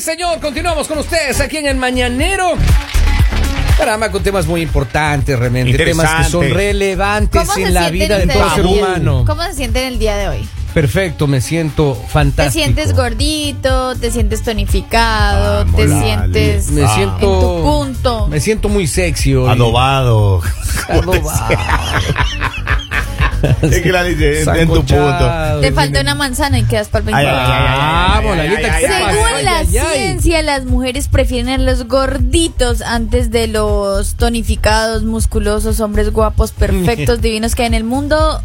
señor, continuamos con ustedes aquí en el Mañanero. Caramba, con temas muy importantes, realmente. Temas que son Interesantes. relevantes ¿Cómo se en la sienten vida de todo ustedes? ser humano. ¿Cómo se sienten el día de hoy? Perfecto, me siento ¿Te fantástico. sientes gordito? ¿Te sientes tonificado? Vamos, ¿Te dale. sientes Me Ah. siento. en tu punto? Me siento muy sexy hoy. Adobado. Adobado. Es que la dice, en- en tu punto. Sancochado. Te falta una manzana y quedas para el Ay, ay, 20. ay, ay, Vamos, ay, la ay, dieta ay, que se ay, Según ay, la ay, ay. ciencia, las mujeres prefieren a los gorditos antes de los tonificados, musculosos, hombres guapos, perfectos, divinos que hay en el mundo.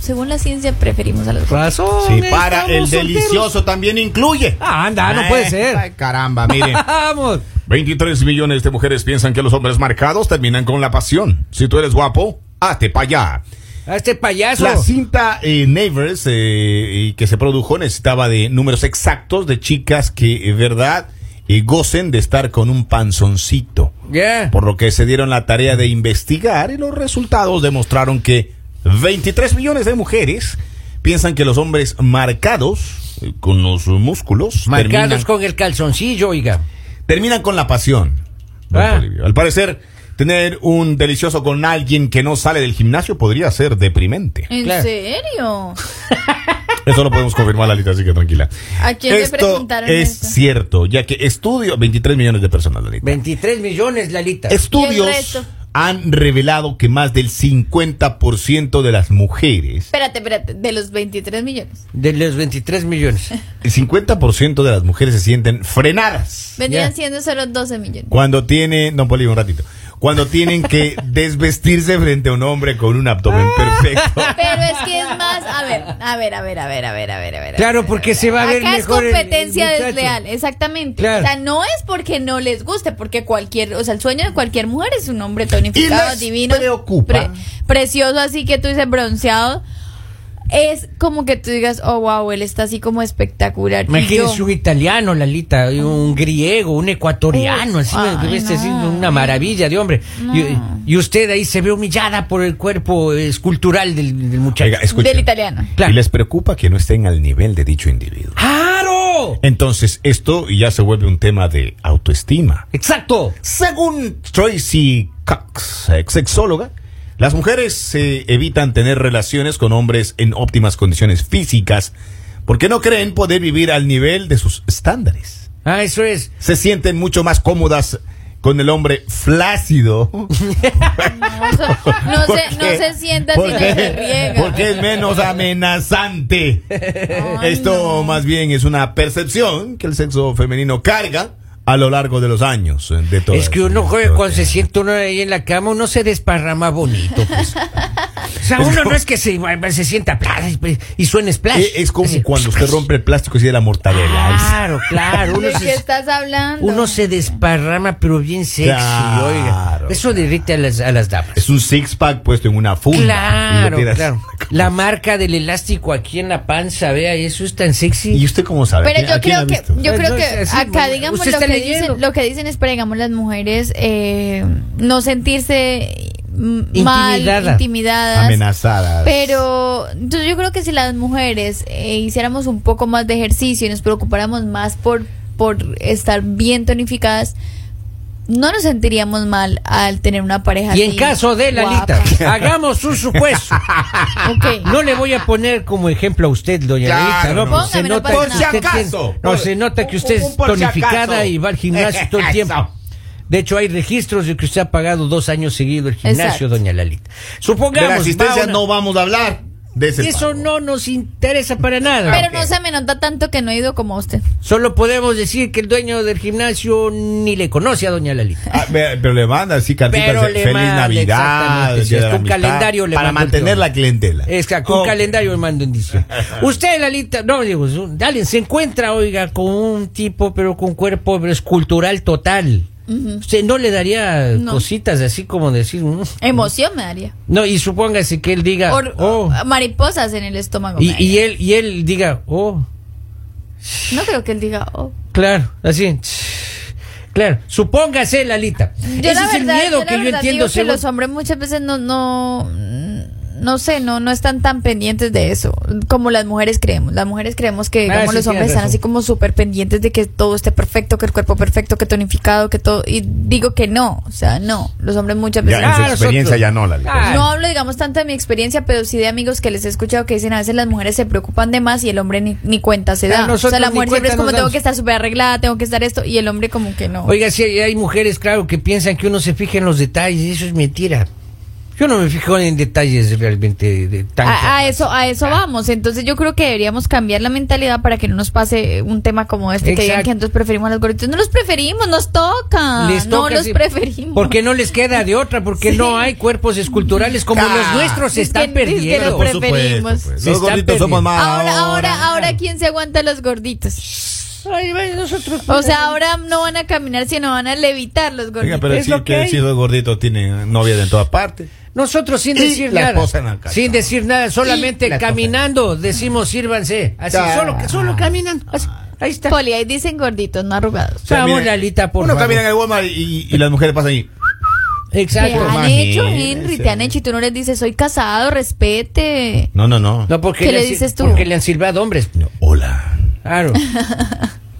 Según la ciencia, preferimos a los gorditos. Razón. Sí, para el estamos solteros. delicioso también incluye. Ah, anda, no puede Eh, ser. ay, caramba, mire. Vamos. 23 millones de mujeres piensan que los hombres marcados terminan con la pasión. Si tú eres guapo, hazte pa' allá. A este payaso. La cinta eh, Neighbors eh, y que se produjo necesitaba de números exactos de chicas que, eh, verdad, eh, gocen de estar con un panzoncito. Yeah. Por lo que se dieron la tarea de investigar y los resultados demostraron que 23 millones de mujeres piensan que los hombres marcados eh, con los músculos Marcados terminan, con el calzoncillo, oiga. terminan con la pasión. don Ah. Polivio. Al parecer, tener un delicioso con alguien que no sale del gimnasio podría ser deprimente. ¿En Claro. serio? Eso lo podemos confirmar, Lalita, así que tranquila. ¿A quién le Esto preguntaron es esto? cierto, ya que estudio 23 millones de personas, Lalita. 23 millones, Lalita. ¿Y el Estudios resto? han revelado que más del 50% de las mujeres, Espérate, espérate, de los 23 millones. De los 23 millones. el 50% de las mujeres se sienten frenadas Vendrían Ya. siendo solo 12 millones. cuando tienen, no Poli, un ratito, cuando tienen que desvestirse frente a un hombre con un abdomen perfecto. Pero es que es más, a ver, a ver, a ver, a ver, a ver, a ver, a ver. Claro, a ver, porque a ver. se va a ver Acá mejor el- es competencia el muchacho. desleal, exactamente. Claro. O sea, no es porque no les guste, porque cualquier, o sea, el sueño de cualquier mujer es un hombre Y tonificado, les divino, preocupa. precioso, así que tú dices bronceado. Es como que tú digas, oh wow, él está así como espectacular. Y Imagínese yo- un italiano, Lalita, y un griego, un ecuatoriano, así, Ay, debe ser así, no. una maravilla de hombre. Y, y usted ahí se ve humillada por el cuerpo escultural del, del muchacho. Oiga, escuchen. Del italiano. Claro. Y les preocupa que no estén al nivel de dicho individuo. ¡Claro! Entonces, esto ya se vuelve un tema de autoestima. ¡Exacto! Según Tracy Cox, ex sexóloga, las mujeres eh, evitan tener relaciones con hombres en óptimas condiciones físicas porque no creen poder vivir al nivel de sus estándares. Ah, eso es. Se sienten mucho más cómodas con el hombre flácido. No, eso- no porque- se, no se sienta sino porque- que se riega. Porque es menos amenazante. Ay, Esto no. más bien es una percepción que el sexo femenino carga a lo largo de los años. eh, De todas es que uno sus juega cuando se proteínas. siente uno ahí en la cama, uno se desparrama bonito, pues. O sea, uno no es que se, se sienta plas, pues, y suene splash. Eh, Es, como Así. Ah. cuando usted rompe el plástico y de la mortadela. Claro, claro. Uno ¿De qué se, estás hablando? uno se desparrama, pero bien sexy, Claro. oiga. Eso derrite a las, a las damas. Es un six pack puesto en una funda. Y lo Claro, tiras- claro. La marca del elástico aquí en la panza, vea, eso es tan ¿Y sexy. usted cómo sabe? Pero ¿A yo quién ha creo que, visto? yo Pues creo que Entonces, así, acá bueno, digamos usted lo está que leyendo. dicen, lo que dicen es para digamos las mujeres eh, no sentirse mm, mal, Intimidada. intimidadas. Amenazadas. Pero entonces yo creo que si las mujeres eh, hiciéramos un poco más de ejercicio y nos preocupáramos más por, por estar bien tonificadas, no nos sentiríamos mal al tener una pareja. Y en así, caso de Lalita, guapa. hagamos un supuesto. Ok. No le voy a poner como ejemplo a usted, doña Claro, Lalita, ¿no? no. Porque se Póngamelo nota para que usted nada. Por si tiene- acaso. no, Por- se nota que usted un- un es por si tonificada acaso. y va al gimnasio todo el Eso. tiempo. De hecho, hay registros de que usted ha pagado dos años seguido el gimnasio, Exacto. doña Lalita. de la Supongamos, va asistencia una- no vamos a hablar de ese eso pago. no nos interesa para nada. Pero no se me nota tanto que no he ido como usted. Solo podemos decir que el dueño del gimnasio ni le conoce a doña Lalita. Ah, ve- pero le manda así cartitas Pero de le feliz manda, Navidad, exactamente, sí, Día de es la un Amistad", calendario le para manda el mantener tío. la clientela. Es que con Ok. calendario me mando en diciembre. Usted, Lalita, no, digo, es un- dale, se encuentra, oiga, con un tipo, pero con cuerpo pero escultural total. Usted no le daría No. cositas así como decir. mm, Emoción me daría. No, y supóngase que él diga. Or- ah, oh, uh, Mariposas en el estómago. y, y me daría. él, y él diga, oh, No creo que él diga, oh. claro, así. Claro, supóngase, Lalita. Yo Ese la es el verdad- miedo la que yo verdad entiendo. digo que según- los hombres muchas veces no no no sé, no, no están tan pendientes de eso, como las mujeres creemos. Las mujeres creemos que digamos, Ah, sí, los hombres tienes están razón. así como súper pendientes de que todo esté perfecto, que el cuerpo perfecto, que tonificado, que todo. Y digo que no, o sea, no. Los hombres muchas Ya, veces. en su Ah, experiencia nosotros- ya no, Lalita. Ah. No hablo, digamos, tanto de mi experiencia, pero sí de amigos que les he escuchado que dicen a veces las mujeres se preocupan de más y el hombre ni, ni cuenta se Ah, da. O nosotros sea, la ni mujer cuenta siempre es como nos tengo damos. que estar súper arreglada, tengo que estar esto, y el hombre como que no. Oiga, si hay, hay mujeres, claro, que piensan que uno se fija en los detalles y eso es mentira. Yo no me fijo en detalles realmente de, de tanto. A, a eso, a Ah. eso vamos. Entonces yo creo que deberíamos cambiar la mentalidad para que no nos pase un tema como este, que digan Exacto. que entonces preferimos a los gorritos. No los preferimos, nos toca. Les ah, no toca los así, preferimos. Porque no les queda de otra, porque Sí. no hay cuerpos esculturales como Ah, los nuestros se es están que- es que perdiendo. lo pre- pues. preferimos. Se Los están gorditos perdiendo. somos más. Ahora, ahora, ahora, ¿quién se aguanta a los gorditos? Ay, bueno, nosotros- O sea, ahora no van a caminar, sino van a levitar los Venga, gorditos. pero Es sí lo que que hay. sí, los gorditos tienen novia de todas partes. Nosotros sin Y decir la nada. esposa en la casa. Sin decir nada, Y la solamente esposa. caminando decimos sírvanse. Así, Ah. solo, solo caminando. así. Ahí está. Poli, ahí dicen gorditos, no arrugados. O sea, Vamos, mira, Lalita, por Uno favor. camina en el Walmart y, y las mujeres pasan ahí. Te Exacto. han Imagínese. hecho, Henry, te han hecho y tú no les dices, soy casado, respete. No, no, no. No, porque ¿Qué han le sil- dices tú? Porque le han silbado hombres. No, Hola. Claro.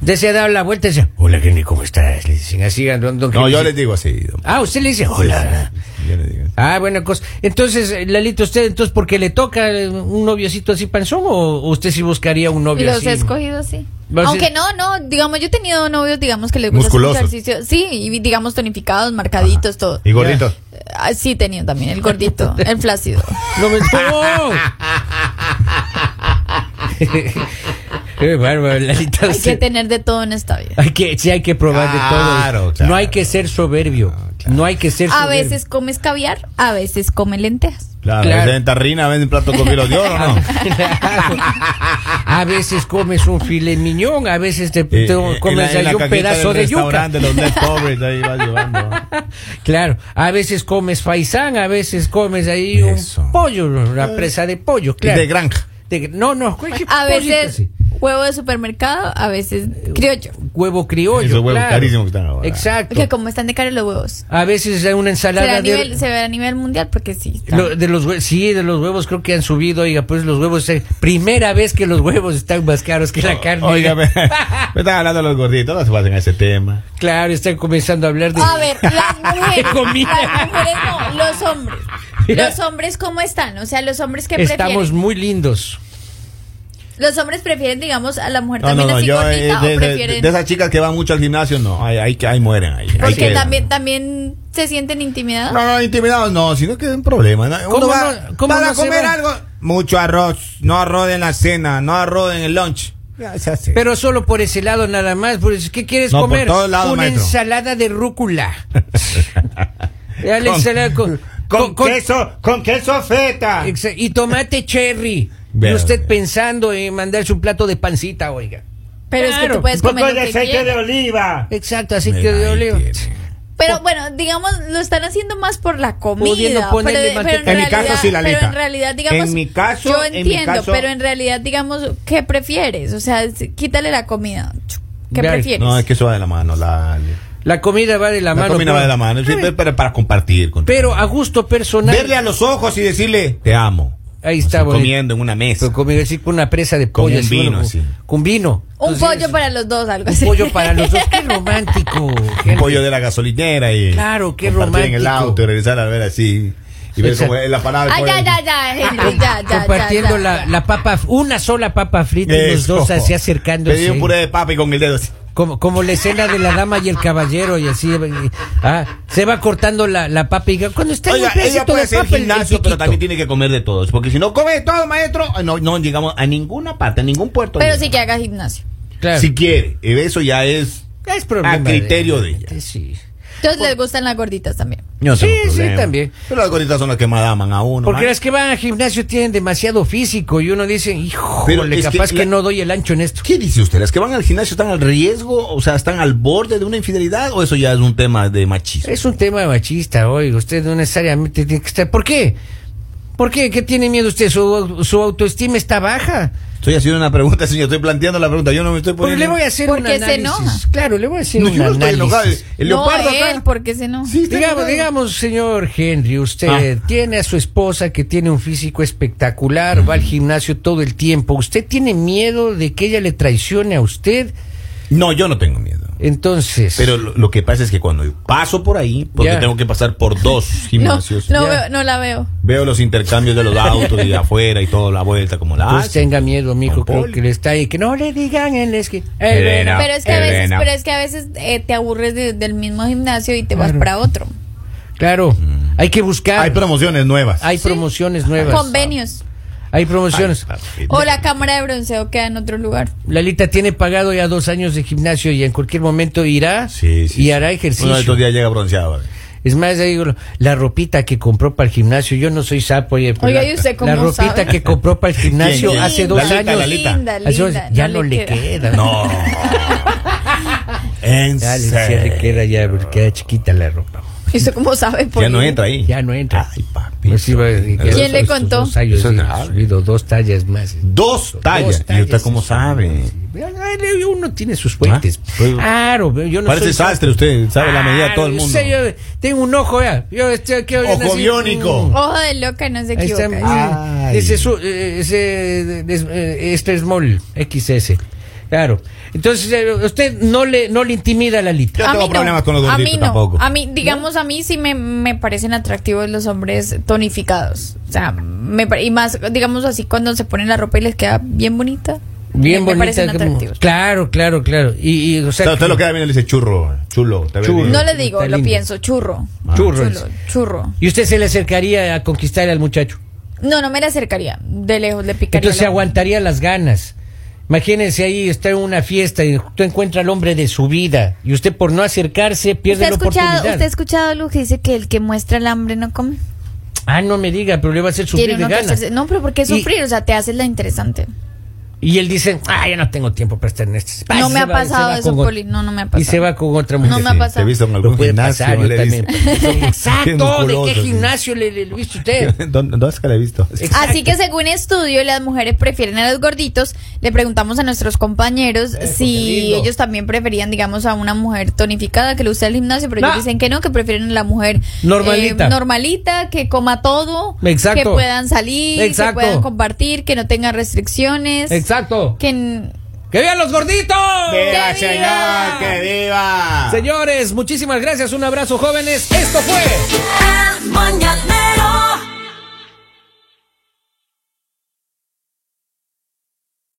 De se ha dado la vuelta y dice, hola Henry, ¿cómo estás? Le dicen así a don, don No, Henry. yo les digo así. don- Ah, usted le dice, hola. Yo les digo. Ah, buena cosa. Entonces, eh, Lalito, ¿usted entonces porque le toca eh, un noviocito así panzón o o usted sí buscaría un novio Los así? he escogido, sí. Vas- Aunque no, no, digamos, yo he tenido novios, digamos, que les gusta hacer Musculosos. ejercicio. Sí, y digamos, tonificados, marcaditos, todo. Y gordito. Ah, sí, he tenido también, el gordito, el flácido. No me no. Qué bárbaro, Lalita. Hay que usted- tener de todo en esta vida. Hay que, sí, hay que probar de Claro, todo. claro. No hay que ser soberbio. No hay que ser A soberbio. veces comes caviar, a veces comes lentejas. Claro, Claro. venden tarrina, venden plato con filo de oro, ¿no? A veces comes un filet miñón, a veces te, te Eh, comes eh, en la- en la ahí un cajita pedazo del de yuca. restaurante, los net pobres, ahí va llevando. Claro, a veces comes faisán, a veces comes ahí Eso. un pollo, una presa de pollo, claro. De granja. De- no, no, ¿qué- qué pollito A veces así? huevo de supermercado, a veces criollo. huevo criollo. Esos huevos claro. carísimos que están ahora. Exacto. Que como están de cara los huevos. A veces hay una Se ve, ensalada a nivel, de, se ve a nivel mundial porque sí. está- lo- de los hue- sí, de los huevos creo que han subido, oiga, pues los huevos, eh, primera vez que los huevos están más caros que la carne. Oh, Oiga, me, me están hablando los gorditos, no se pasen a ese tema. Claro, están comenzando a hablar de A ver, las de mujeres, comida. las mujeres no, los hombres. Los hombres cómo están, o sea, los hombres que Estamos prefieren. muy lindos. Los hombres prefieren, digamos, a la mujer No, no, también no, así yo eh, gordita de, o de- prefieren de esas chicas que van mucho al gimnasio, no, ahí, ahí, ahí mueren. Ahí, ahí porque quedan. también también se sienten intimidados. No, no, intimidados no, sino que es un problema. ¿no? ¿Cómo Uno va, no- cómo van a no se comer va? algo. Mucho arroz, no arroz en la cena, no arroz en el lunch. Ya se hace. Pero solo por ese lado nada más. Pues, ¿Qué quieres No, por comer? todos lados, Una maestro. ensalada de rúcula. Ya la Con- ensalada con, con, con- con- queso, con queso feta. exa- y tomate cherry. Vea, y usted vea. pensando en mandarse un plato de pancita, oiga. Pero es que Claro, tú puedes un comer lo que quieras. oliva. Exacto, así Mira, que yo ahí le digo, tiene. Pero bueno, digamos, lo están haciendo más por la Pudiendo comida. Pero, ponerle pero en, manteca. En mi realidad, caso, sí, la pero lita. en realidad, digamos, En mi caso, yo en mi entiendo, caso- pero en realidad, digamos, ¿qué prefieres? O sea, es- quítale la comida. ¿Qué Dale. prefieres? No, es que eso va de la mano. La, La comida va de la, la mano. comida pero- va de la mano. sí, pero- pero para compartir. con- Pero a gusto personal. Verle a los ojos y decirle, te amo. Ahí está, Así, bonito. Comiendo en una mesa. Pero conmigo, así con una presa de Con pollo. un vino, bueno, así. Con vino. un Entonces, pollo para los dos, algo Un así. pollo para los dos. Qué romántico. Un pollo de la gasolinera y. Claro, qué compartir en el romántico. auto y regresar a ver así. Y ver Exacto. cómo es la parada. pues. Ay, cómo Ah, ya, es. ya, ya, Henry, ya, ya, Ah, compartiendo ya, ya. La, la papa, una sola papa frita y los Eso. dos así acercándose. Pedí un puré de papa y con el dedo así. Como, como la escena de la dama y el caballero y así. y- ah, se va cortando la, la papa y cuando está Oiga, en un ella pedacito puede de hacer papa el- el gimnasio, pero piquito. también tiene que comer de todos. Porque si no come de todo, maestro, no, no llegamos a ninguna parte, a ningún puerto. Pero llegamos. sí que haga gimnasio. Claro. Si quiere. Y Eso ya es. es problema a criterio de ella. Sí, Entonces les gustan las gorditas también. no sí, tengo sí, problema. también. Pero las gorditas son las que más aman a uno. Porque maestro. las que van al gimnasio tienen demasiado físico y uno dice, híjole, es que capaz que, la- no doy el ancho en esto. ¿Qué dice usted? ¿Las que van al gimnasio están al riesgo? O sea, ¿están al borde de una infidelidad? ¿O eso ya es un tema de machismo? Es un tema machista, oiga, usted no necesariamente tiene que estar... ¿Por qué? ¿Por qué? ¿Qué tiene miedo usted? ¿Su, su autoestima está baja? Estoy haciendo una pregunta, señor. Estoy planteando la pregunta. Yo no me estoy Pues poniendo. le voy a hacer ¿Por un qué se análisis. enoja? Claro, le voy a hacer No, un yo no estoy enojado. análisis. El no, leopardo acá. él, pues. porque se no. Sí, está Digamos, enojado. Ah. digamos, señor Henry, usted tiene a su esposa que tiene un físico espectacular, va al gimnasio todo el tiempo. ¿Usted tiene miedo de que ella le traicione a usted? No, yo no tengo miedo. Entonces, Pero lo, lo que pasa es que cuando yo paso por ahí, porque Ya. tengo que pasar por dos No, gimnasios, Ya. no, veo- no la veo. veo los intercambios de los autos y afuera y toda la vuelta como la pues hacen. tenga miedo, mijo, Con creo Poli. que le está ahí. Que no le digan en la esquina. Elena. Ah, Pero es que a qué veces, pena. pero es que a veces eh, te aburres de- del mismo gimnasio y te vas Claro. para otro. Claro, hay que buscar. Mm. Hay Hay, promociones nuevas. promociones nuevas. Convenios. Hay promociones. O la cámara de bronceo queda en otro lugar. Lalita tiene pagado ya dos años de gimnasio y en cualquier momento irá Sí, sí, y sí. hará ejercicio. Uno de estos días llega bronceado. ¿eh? ¿vale? Es más, ya digo, la ropita que compró para el gimnasio, yo no soy sapo. Oye, pero Oiga, la, ¿y usted cómo la ropita sabe? que compró para el gimnasio ¿Quién, quién? hace dos Lalita, años. Lalita. hace dos- ya no, le queda. No. en Ya le, ya serio. le queda, ya le queda chiquita la ropa. ¿Y usted cómo sabe? por Ya no qué? entra ahí. Ya no entra. Ay, papi. Pues iba a decir que Eso- ¿Quién le estos contó? Dos años, Eso es sí, ha grave. subido dos tallas más. Dos tallas. ¿Y usted tallas, cómo sí. sabe? Ay, Uno tiene sus fuentes. Ah, pues- claro, pero yo no Parece soy sapo. sastre usted. Sabe la medida de todo el Claro, mundo. sí, yo tengo un ojo, ya. Yo estoy aquí oyendo Ojo así, biónico. mm. Ojo de loca, no se Ahí está, equivoca. mm, Ay. Ese, su- eh, ese, eh, es- eh, este small XS. Claro. Entonces, eh, usted no le, no le intimida a Lalita. Yo tengo problemas con los a gorditos mí no. tampoco. A mí, digamos, a mí sí me, me parecen atractivos los hombres tonificados. O sea, me, pare- y más, digamos así, cuando se ponen la ropa y les queda bien bonita. Bien me, me bonita. parecen como- atractivos. claro, claro, claro. Y, y, o O sea, sea, usted lo queda bien y le dice churro, chulo. te ve Chulo. bien. No le digo, Está lo lindo. pienso, churro. Ah. Churro. Chulo, churro. y usted se le acercaría a conquistar al muchacho. No, no me le acercaría. De lejos le picaría. Entonces la- aguantaría las ganas. Imagínense ahí, está en una fiesta y usted encuentra al hombre de su vida. Y usted por no acercarse pierde ¿Usted ha la escuchado, oportunidad. usted ha escuchado lo que dice que el que muestra el hambre no come? Ah, no me diga, pero le va a hacer sufrir Tiene de uno que ganas. hacerse- No, pero ¿por Y- qué sufrir? O sea, te haces la interesante. Y él dice, ah, yo no tengo tiempo para estar en este espacio. No me Se ha va- se pasado va eso, con- Poli. No, no me ha Y pasado. se va con otra No mujer. me ha pasado. Te he visto en algún Lo puede gimnasio, pasar, yo le dice. también. Exacto, ¿de musculoso, qué sí. gimnasio le, le- le viste usted? ¿Dónde dónde es que la he visto? Exacto. Así que según estudio, las mujeres prefieren a los gorditos. Le preguntamos a nuestros compañeros qué si Eh, lindo. ellos también preferían, digamos, a una mujer tonificada que lo use al gimnasio, pero No. ellos dicen que no, que prefieren a la mujer Normalita. eh, normalita, que coma todo, Exacto. que puedan salir, Exacto. que puedan compartir, que no tengan restricciones, Exacto. que n- ¡Que vivan los gorditos! ¡Viva, ¡Que señor! viva! ¡Que viva! Señores, muchísimas gracias. Un abrazo, jóvenes. Esto fue. El mañanero